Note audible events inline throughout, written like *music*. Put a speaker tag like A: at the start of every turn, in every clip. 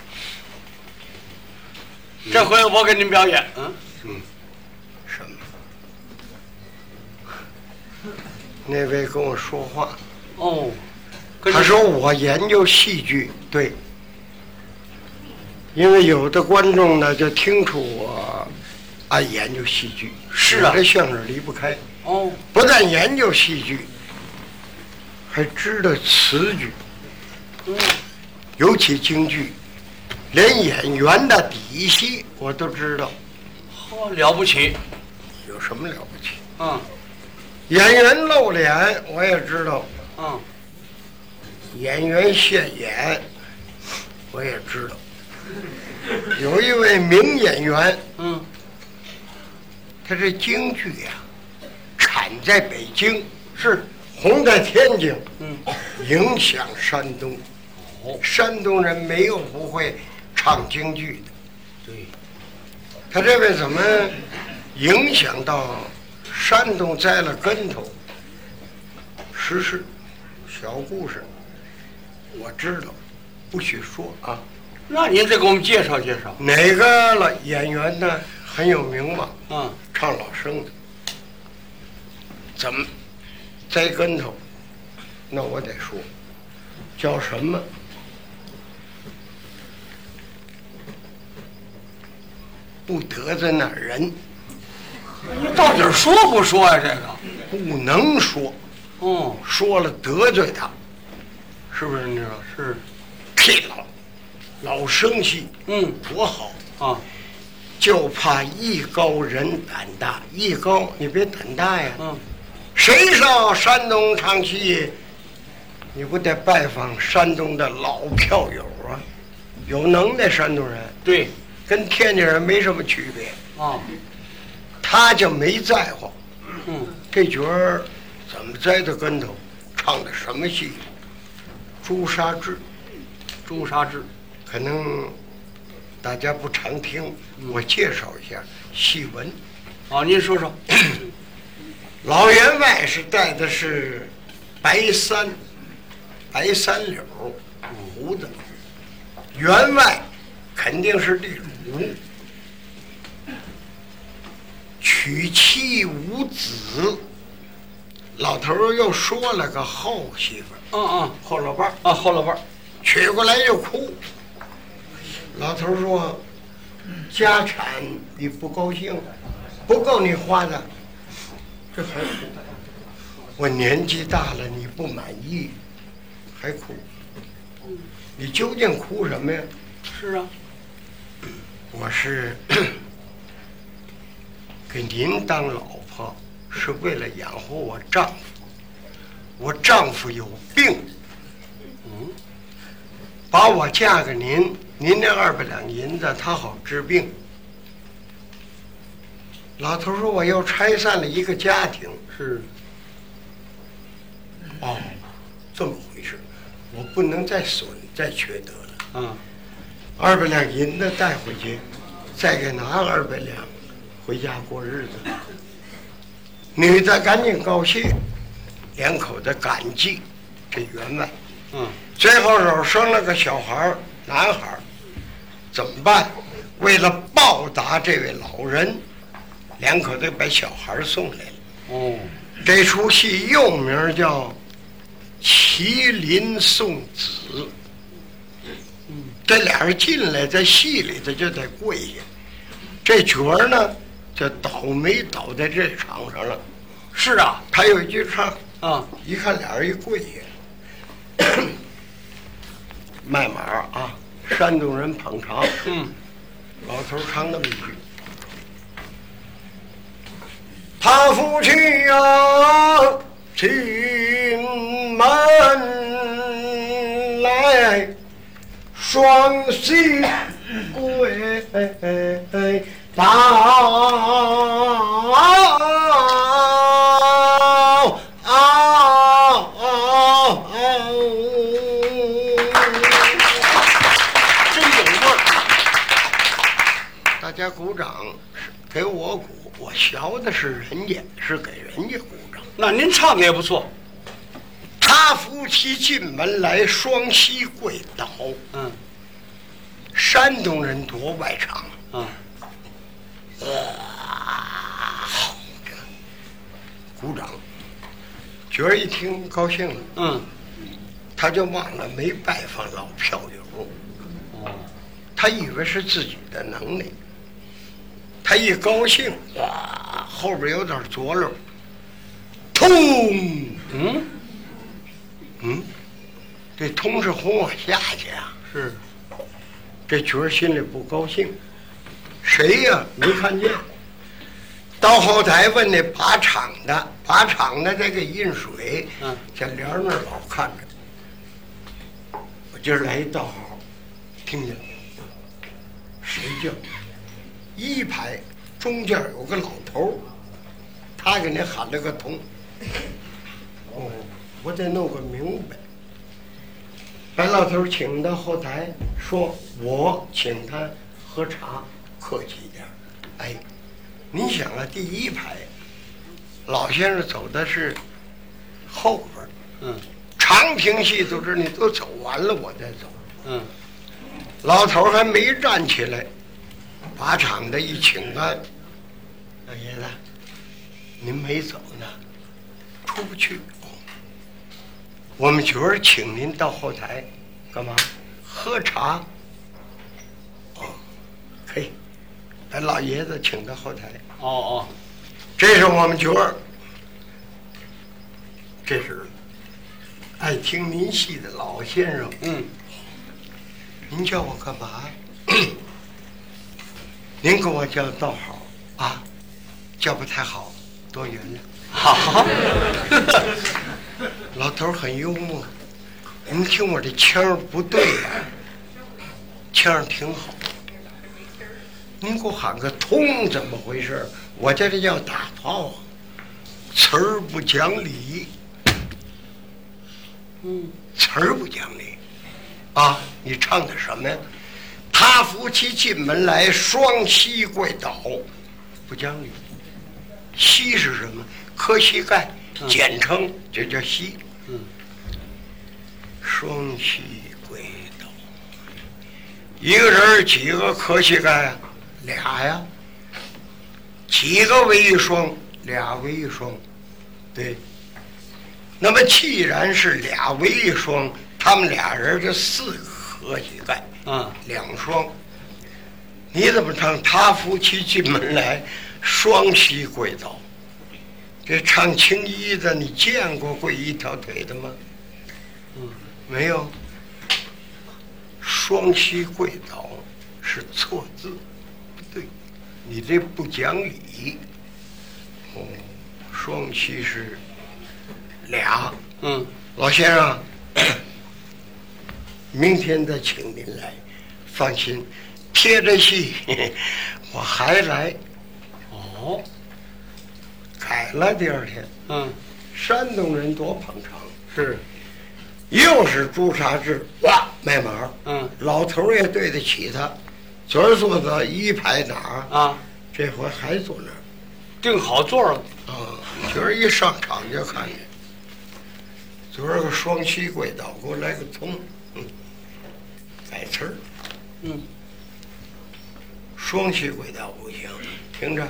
A: 嗯这回我给您表演，嗯，
B: 什么？那位跟我说话，
A: 哦，可
B: 他
A: 是
B: 说我研究戏剧，对，因为有的观众呢就听出我爱研究戏剧，
A: 是啊
B: 我这相声离不开，
A: 哦，
B: 不但研究戏剧，还知道词句，
A: 嗯，
B: 尤其京剧，连演员的底细我都知道，
A: 好啊了不起，
B: 有什么了不起？
A: 嗯
B: 演员露脸我也知道，
A: 嗯，
B: 演员现眼我也知道。有一位名演员，
A: 嗯，
B: 他这京剧呀、产在北京，
A: 是，
B: 红在天津，
A: 嗯，
B: 影响山东。
A: 哦，
B: 山东人没有不会唱京剧的。
A: 对，
B: 他这位怎么影响到山东栽了跟头？实事，小故事，我知道，不许说啊。
A: 那您再给我们介绍介绍，
B: 哪个老演员呢很有名嘛？
A: 嗯，
B: 唱老生的，怎么栽跟头？那我得说，叫什么？不得罪那人，
A: 你到底说不说呀、这个，
B: 不能说，
A: 哦，
B: 说了得罪他，是不是？你知道？
A: 是，
B: 屁老老生戏
A: 嗯
B: 多好，
A: 啊，
B: 就怕艺高人胆大。艺高，你别胆大呀。
A: 嗯，
B: 谁上山东唱戏，你不得拜访山东的老票友啊？有能耐山东人
A: 对，
B: 跟天津人没什么区别，
A: 啊，
B: 他就没在乎
A: 嗯，
B: 这角儿怎么栽的跟头，唱的什么戏，《朱砂痣》
A: 朱砂痣，
B: 可能大家不常听，我介绍一下戏文。
A: 啊，您 *coughs* 说说，
B: 老员外是戴的是白衫，白三绺胡子，员外肯定是第五。娶妻无子，老头儿又说了个后媳妇儿，
A: 嗯嗯，
B: 后老伴儿
A: 啊，后老伴儿，
B: 娶过来就哭。老头儿说：“家产你不高兴，不够你花的。”这还哭？我年纪大了，你不满意，还哭？你究竟哭什么呀？
A: 是啊，
B: 我是 *coughs* 给您当老婆，是为了养活我丈夫。我丈夫有病，
A: 嗯，
B: 把我嫁给您，您那二百两银子他好治病。老头说我又拆散了一个家庭，
A: 是，
B: 哦，这么回事，我不能再损再缺德了。
A: 啊，
B: 二百两银子带回去，再给拿二百两，回家过日子。女的赶紧告谢，两口子感激这员外。
A: 嗯，
B: 最后手生了个小孩儿，男孩儿，怎么办？为了报答这位老人，两口子把小孩儿送来了。
A: 哦，
B: 这出戏又名儿叫《麒麟送子》。这俩人进来，在戏里头就得跪下。这角儿呢，就倒霉倒在这场上了。
A: 是啊，
B: 他有一句唱，
A: 啊，
B: 一看俩人一跪下， *coughs* 卖马儿啊，山东人捧场。
A: 嗯，
B: 老头儿唱那么一句：“他夫妻呀，进门来，双膝跪倒。”
A: 真有味儿，
B: 大家鼓掌，给我鼓，我学的是人家，是给人家鼓掌。
A: 那您唱的也不错，
B: 他夫妻进门来，双膝跪倒。
A: 嗯，
B: 山东人多外场，
A: 啊，
B: 鼓掌。角儿一听高兴了，
A: 嗯，
B: 他就忘了没拜访老票友，
A: 哦，
B: 他以为是自己的能力。他一高兴，哇，后边有点左溜，通，
A: 嗯，
B: 嗯，这通是轰我下去啊。
A: 是，
B: 这角儿心里不高兴，谁呀、没看见。到后台问那靶场的，靶场的在给印水，
A: 嗯
B: 小莲儿那儿老看着。我今儿来一道好，听见了谁叫？一排中间有个老头儿，他给那喊了个通。哦，我得弄个明白。白哎老头儿请到后台说：“我请他喝茶，客气一点儿。”哎，你想啊，第一排，老先生走的是后边儿，
A: 嗯
B: 长亭戏都知道你都走完了，我再走。
A: 嗯，
B: 老头儿还没站起来，靶场的一请他，老爷子，您没走呢，出不去。我们角儿请您到后台，干嘛？喝茶。哦，可以，把老爷子请到后台。
A: 哦哦，
B: 这是我们角儿，这是爱听您戏的老先生。
A: 嗯，
B: 您叫我干嘛？ *coughs* 您给我叫道好啊，叫不太好，多原谅。
A: 好，
B: *laughs* 老头儿很幽默，您听我这腔儿不对呀、腔儿挺好。您给我喊个通，怎么回事？我这这叫打炮啊，词儿不讲理，
A: 嗯，
B: 词儿不讲理，啊，你唱的什么呀？他夫妻进门来，双膝跪倒，不讲理。膝是什么？磕膝盖，
A: 嗯
B: 简称就叫膝。
A: 嗯，
B: 双膝跪倒，一个人儿几个磕膝盖啊？俩呀，几个为一双，俩为一双，对。那么既然是俩为一双，他们俩人就四个磕膝盖，
A: 啊，
B: 两双。你怎么唱他夫妻进门来，双膝跪倒？这唱青衣的，你见过跪一条腿的吗？
A: 嗯，
B: 没有，双膝跪倒是错字，不对，你这不讲理。哦，双膝是俩。
A: 嗯，
B: 老先生， *coughs* 明天再请您来，放心，贴着戏 *laughs* 我还来。
A: 哦，
B: 改了第二天，
A: 嗯，
B: 山东人多捧场，
A: 是，
B: 又是朱砂痣，哇，卖马儿。
A: 嗯，
B: 老头儿也对得起他，昨儿坐到一排哪儿，
A: 啊，
B: 这回还坐那儿
A: 定好座了，
B: 啊。昨儿一上场就看见，昨儿个双膝跪倒，给我来个葱，嗯，改词儿，
A: 嗯，
B: 双膝跪倒不行，听着，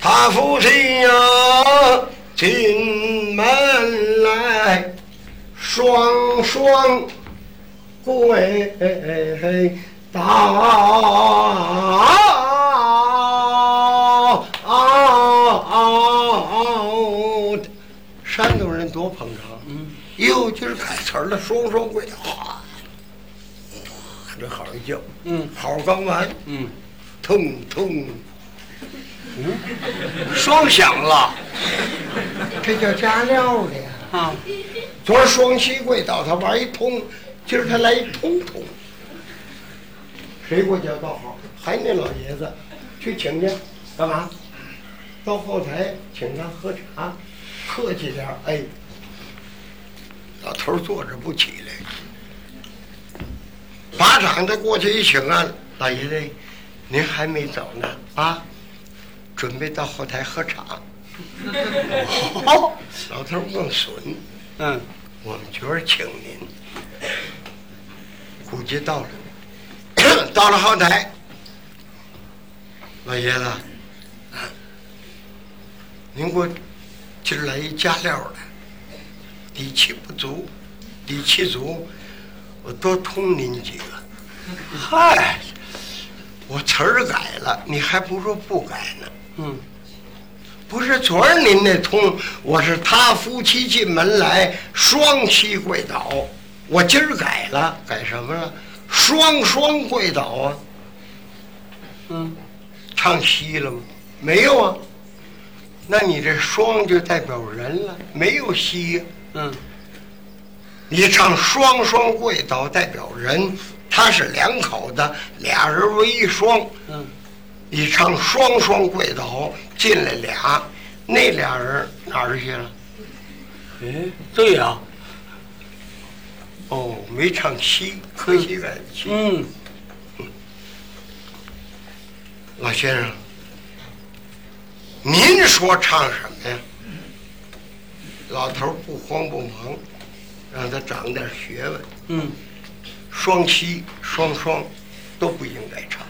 B: 他夫妻呀进门来，双双跪倒。山东人多捧场，
A: 嗯，
B: 哟，今儿改词儿了，双双跪倒，哗，这好一叫，
A: 嗯
B: 好刚完，
A: 嗯，
B: 痛痛，
A: 双响了，
B: 这叫加料的呀。
A: 啊，
B: 昨儿双膝跪倒，他玩一通，今儿他来一通通。谁给我叫道好？还那老爷子，去请去，干嘛？到后台请他喝茶，客气点儿。哎，老头儿坐着不起来，把掌的过去一请啊，老爷子，您还没走呢啊？准备到后台喝茶。
A: 哦，
B: 老头儿更损。
A: 嗯，
B: 我们角儿请您。 *coughs* 估计到了，到了后台，老爷子，您给我今儿来一加料的，底气不足，底气足，我多通您几个。
A: 嗨，
B: 我词儿改了，你还不如不改呢。
A: 嗯，
B: 不是昨儿您那通，我是他夫妻进门来，双膝跪倒。我今儿改了，改什么了？双双跪倒啊！
A: 嗯，
B: 唱西了吗？没有啊。那你这双就代表人了，没有西呀、
A: 嗯，
B: 你唱双双跪倒代表人，他是两口子，俩人为一双。
A: 嗯，
B: 你唱双双跪倒进来俩，那俩人哪儿去了？
A: 哎，对呀、
B: 哦，没唱七，可惜改七。
A: 嗯，
B: 老先生，您说唱什么呀？老头儿不慌不忙，让他长点学问。
A: 嗯，
B: 双七、双双都不应该唱。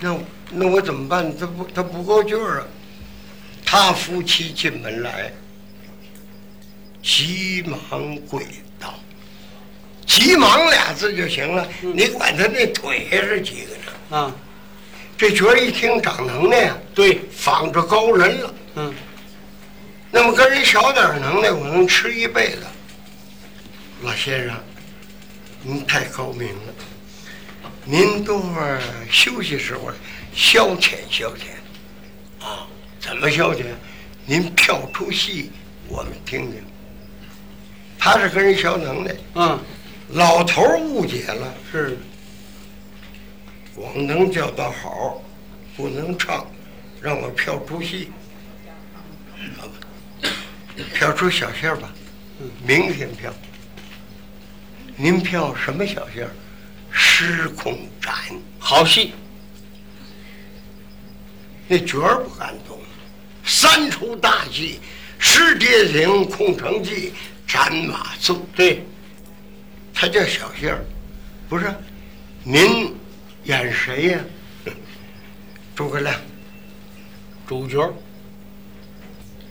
B: 那那我怎么办？他不他不够句儿啊！他夫妻进门来，急忙跪倒。急忙俩字就行了，你管他那腿还是几个呢？
A: 啊，
B: 这角儿一听长能耐啊，
A: 对，
B: 仿着高人了。
A: 嗯，
B: 那么跟人小点儿能耐，我能吃一辈子。老先生，您太高明了，您等会儿休息时候消遣消遣，啊，怎么消遣？您跳出戏，我们听听。他是跟人小能耐，
A: 嗯，
B: 老头儿误解了，
A: 是，
B: 光能叫道好，不能唱，让我票出戏，好吧，票出小戏儿吧，明天票。您票什么小戏儿？失控斩。
A: 好戏，
B: 那角儿不敢动，三出大戏：失街行、空城计、斩马谡。
A: 对，
B: 他叫小杏儿，不是？您演谁呀、诸葛亮，
A: 主角，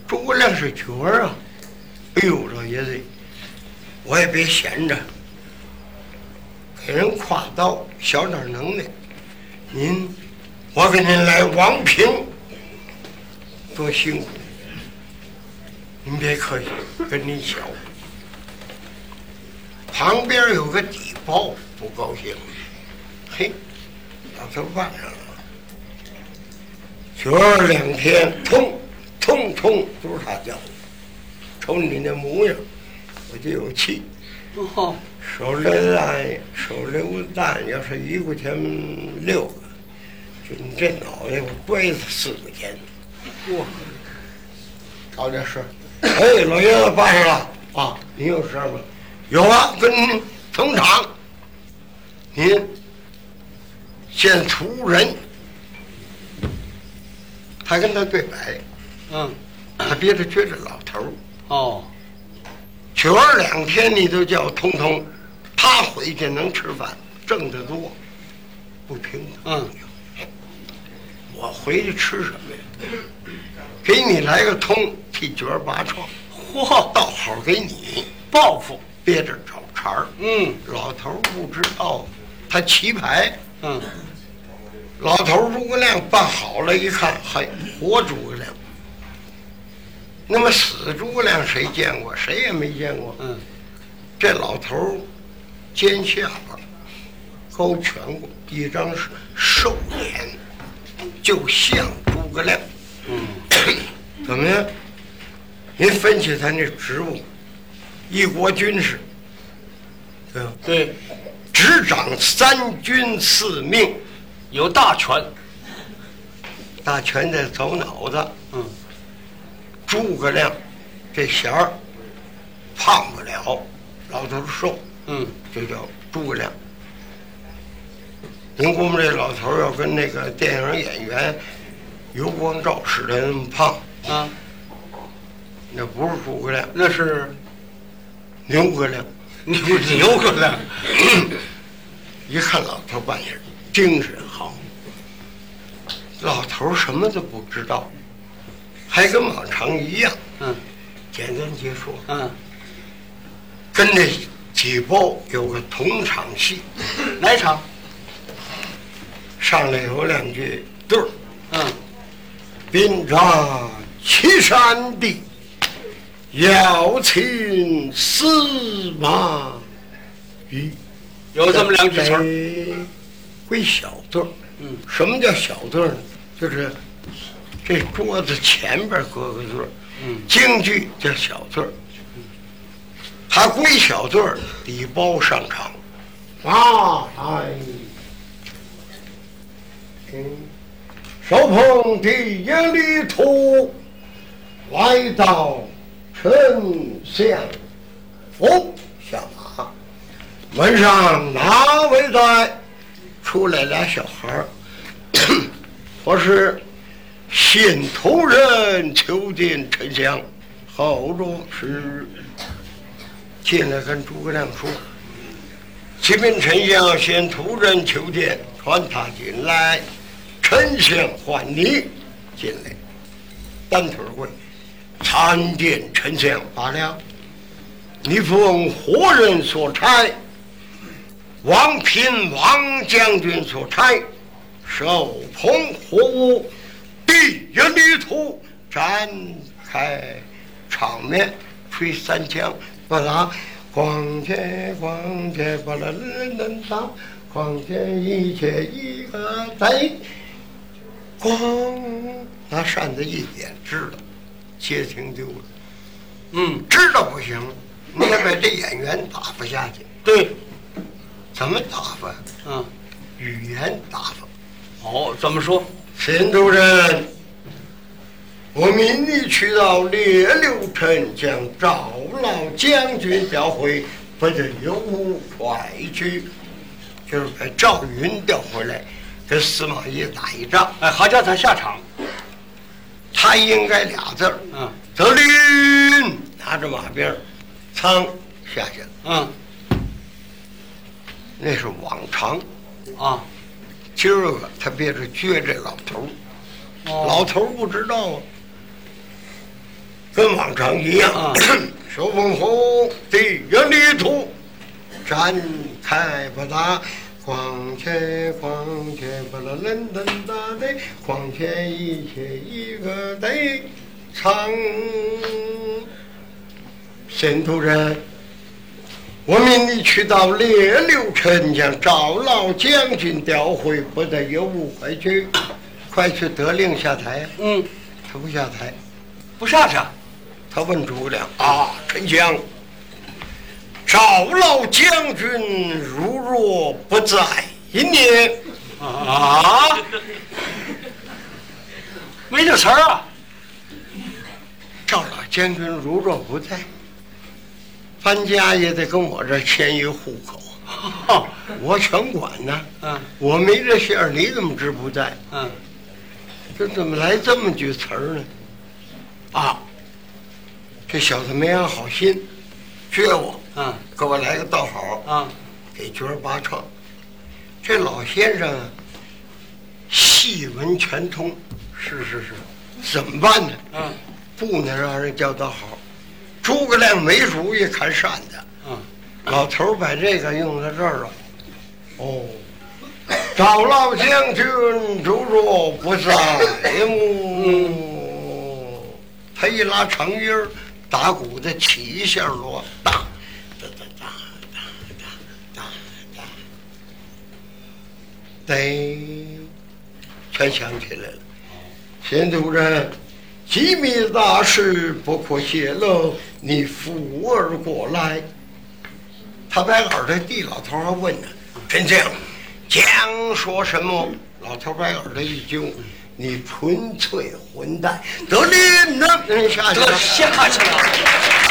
B: 诸葛亮是角儿啊！哎呦，老爷子，我也别闲着，给人挎刀，小点儿能耐。您，我给您来王平，多辛苦！您别客气，跟您小。旁边有个底包，不高兴了。嘿，老头办上了。昨儿两天，通通通都是他叫的。瞅你那模样，我就有气。
A: 哦，
B: 手榴弹，手榴弹要是一块钱六个，就你这脑袋，我摔死四块钱。
A: 哇，
B: 搞点事儿。哎，老爷子办事了啊！您有事儿吗？有啊，跟您同场。您见途人，他跟他对白，
A: 嗯，
B: 他憋着撅着老头儿。
A: 哦，
B: 九儿两天你都叫通通，他回去能吃饭，挣得多，不平衡。
A: 嗯，
B: 我回去吃什么呀？给你来个通，替角儿拔创，
A: 嚯，
B: 倒好给你。
A: 报复，
B: 憋着找茬儿。
A: 嗯
B: 老头儿不知道，他棋牌。
A: 嗯，
B: 老头儿诸葛亮办好了，一看，嘿，活诸葛亮。那么死诸葛亮谁见过？谁也没见过。
A: 嗯，
B: 这老头儿尖下巴，高颧骨，一张瘦脸，就像诸葛亮。嗯， *coughs* 怎么样？您分析他那职务，一国军事，对吧？
A: 对，
B: 执掌三军四命，
A: 有大权，
B: 大权在走脑子。
A: 嗯，
B: 诸葛亮这弦儿胖不了，老头儿瘦，
A: 嗯，
B: 这叫诸葛亮。您估摸这老头儿要跟那个电影演员尤光照似的那么胖，
A: 啊，
B: 那不是诸葛亮，
A: 那是
B: 牛葛亮。
A: 牛 *laughs* 牛哥亮，
B: *coughs* 一看老头儿办事儿精神好，老头儿什么都不知道，还跟往常一样，
A: 嗯
B: 简单解说，
A: 嗯，
B: 跟那几包有个同场戏，
A: 哪场？
B: 上来有两句对儿。
A: 嗯，
B: 兵长岐山地，瑶琴司马懿。
A: 有这么两句词儿。
B: 儿，归小字儿。
A: 嗯，
B: 什么叫小字儿呢？就是这桌子前边搁个字儿。
A: 嗯，
B: 京剧叫小字儿，它归小字儿，礼包上场。啊，哎，嗯，手捧第一里土，来到丞相府哦下马。门上哪位在？出来俩小孩儿， *coughs* 我是信徒人求见丞相，好若是进来跟诸葛亮说，启禀丞相，信徒人求见，传他进来，丞相唤你进来，单腿儿跪，参见丞相罢了。你奉活人所差，王平王将军所差，手捧活物，地一旅途，展开场面，吹三枪，巴拉，光天光天，巴拉人能当，光天一切一个贼，咣，拿扇子一点，知道，街停丢了。
A: 嗯，
B: 知道不行，你得把这演员打发下去。
A: 对，
B: 怎么打发？
A: 嗯，
B: 语言打发。
A: 哦，怎么说？
B: 沈主任，我明日去到列六城，将赵老将军调回，不得由无快去，就是把赵云调回来，跟司马懿打一仗。
A: 哎，还叫他下场。
B: 他应该俩字儿，
A: 嗯
B: 得令，拿着马鞭儿，仓下去了。
A: 嗯
B: 那是往常。
A: 啊，
B: 今儿个他憋着撅这老头儿，
A: 哦
B: 老头儿不知道啊，跟往常一样
A: 啊，
B: *clears throat* 手捧红地原地图，展开不打，况且况且不拉人等大的，况且一切一个得长。沈主任，我命你去到列六城，将赵老将军调回，不得有误快去，快去得令下台。
A: 嗯，
B: 他不下台，
A: 不下去啊。
B: 他问诸葛亮啊，丞相，赵老将军如若不在呢？
A: 啊，没这词儿啊。 *laughs*
B: 赵老将军如若不在，搬家也得跟我这儿迁移户口，
A: 哦
B: 我全管呢。
A: 嗯
B: 我没这信儿，你怎么知不在？
A: 嗯，
B: 这怎么来这么句词儿呢？啊，这小子没安好心，撅我，
A: 嗯，
B: 给我来个道好，
A: 啊，
B: 给角儿八唱。这老先生啊，戏文全通，
A: 是是是。
B: 怎么办呢？
A: 嗯
B: 不能让人叫道好。诸葛亮没主意砍扇子，
A: 嗯，
B: 老头儿把这个用到这儿了。哦，找老将军如若不在么？他一拉长音儿，打鼓的起一下锣，当哒哒哒哒哒哒哒，得，全响起来了。贤主任，机密大事不可泄露，你扶耳过来。他白耳朵地老头儿还问呢，真这样，将说什么？老头儿白耳朵一揪，你纯粹混蛋，得令呢？嗯下去
A: 这
B: 了。
A: 下去了。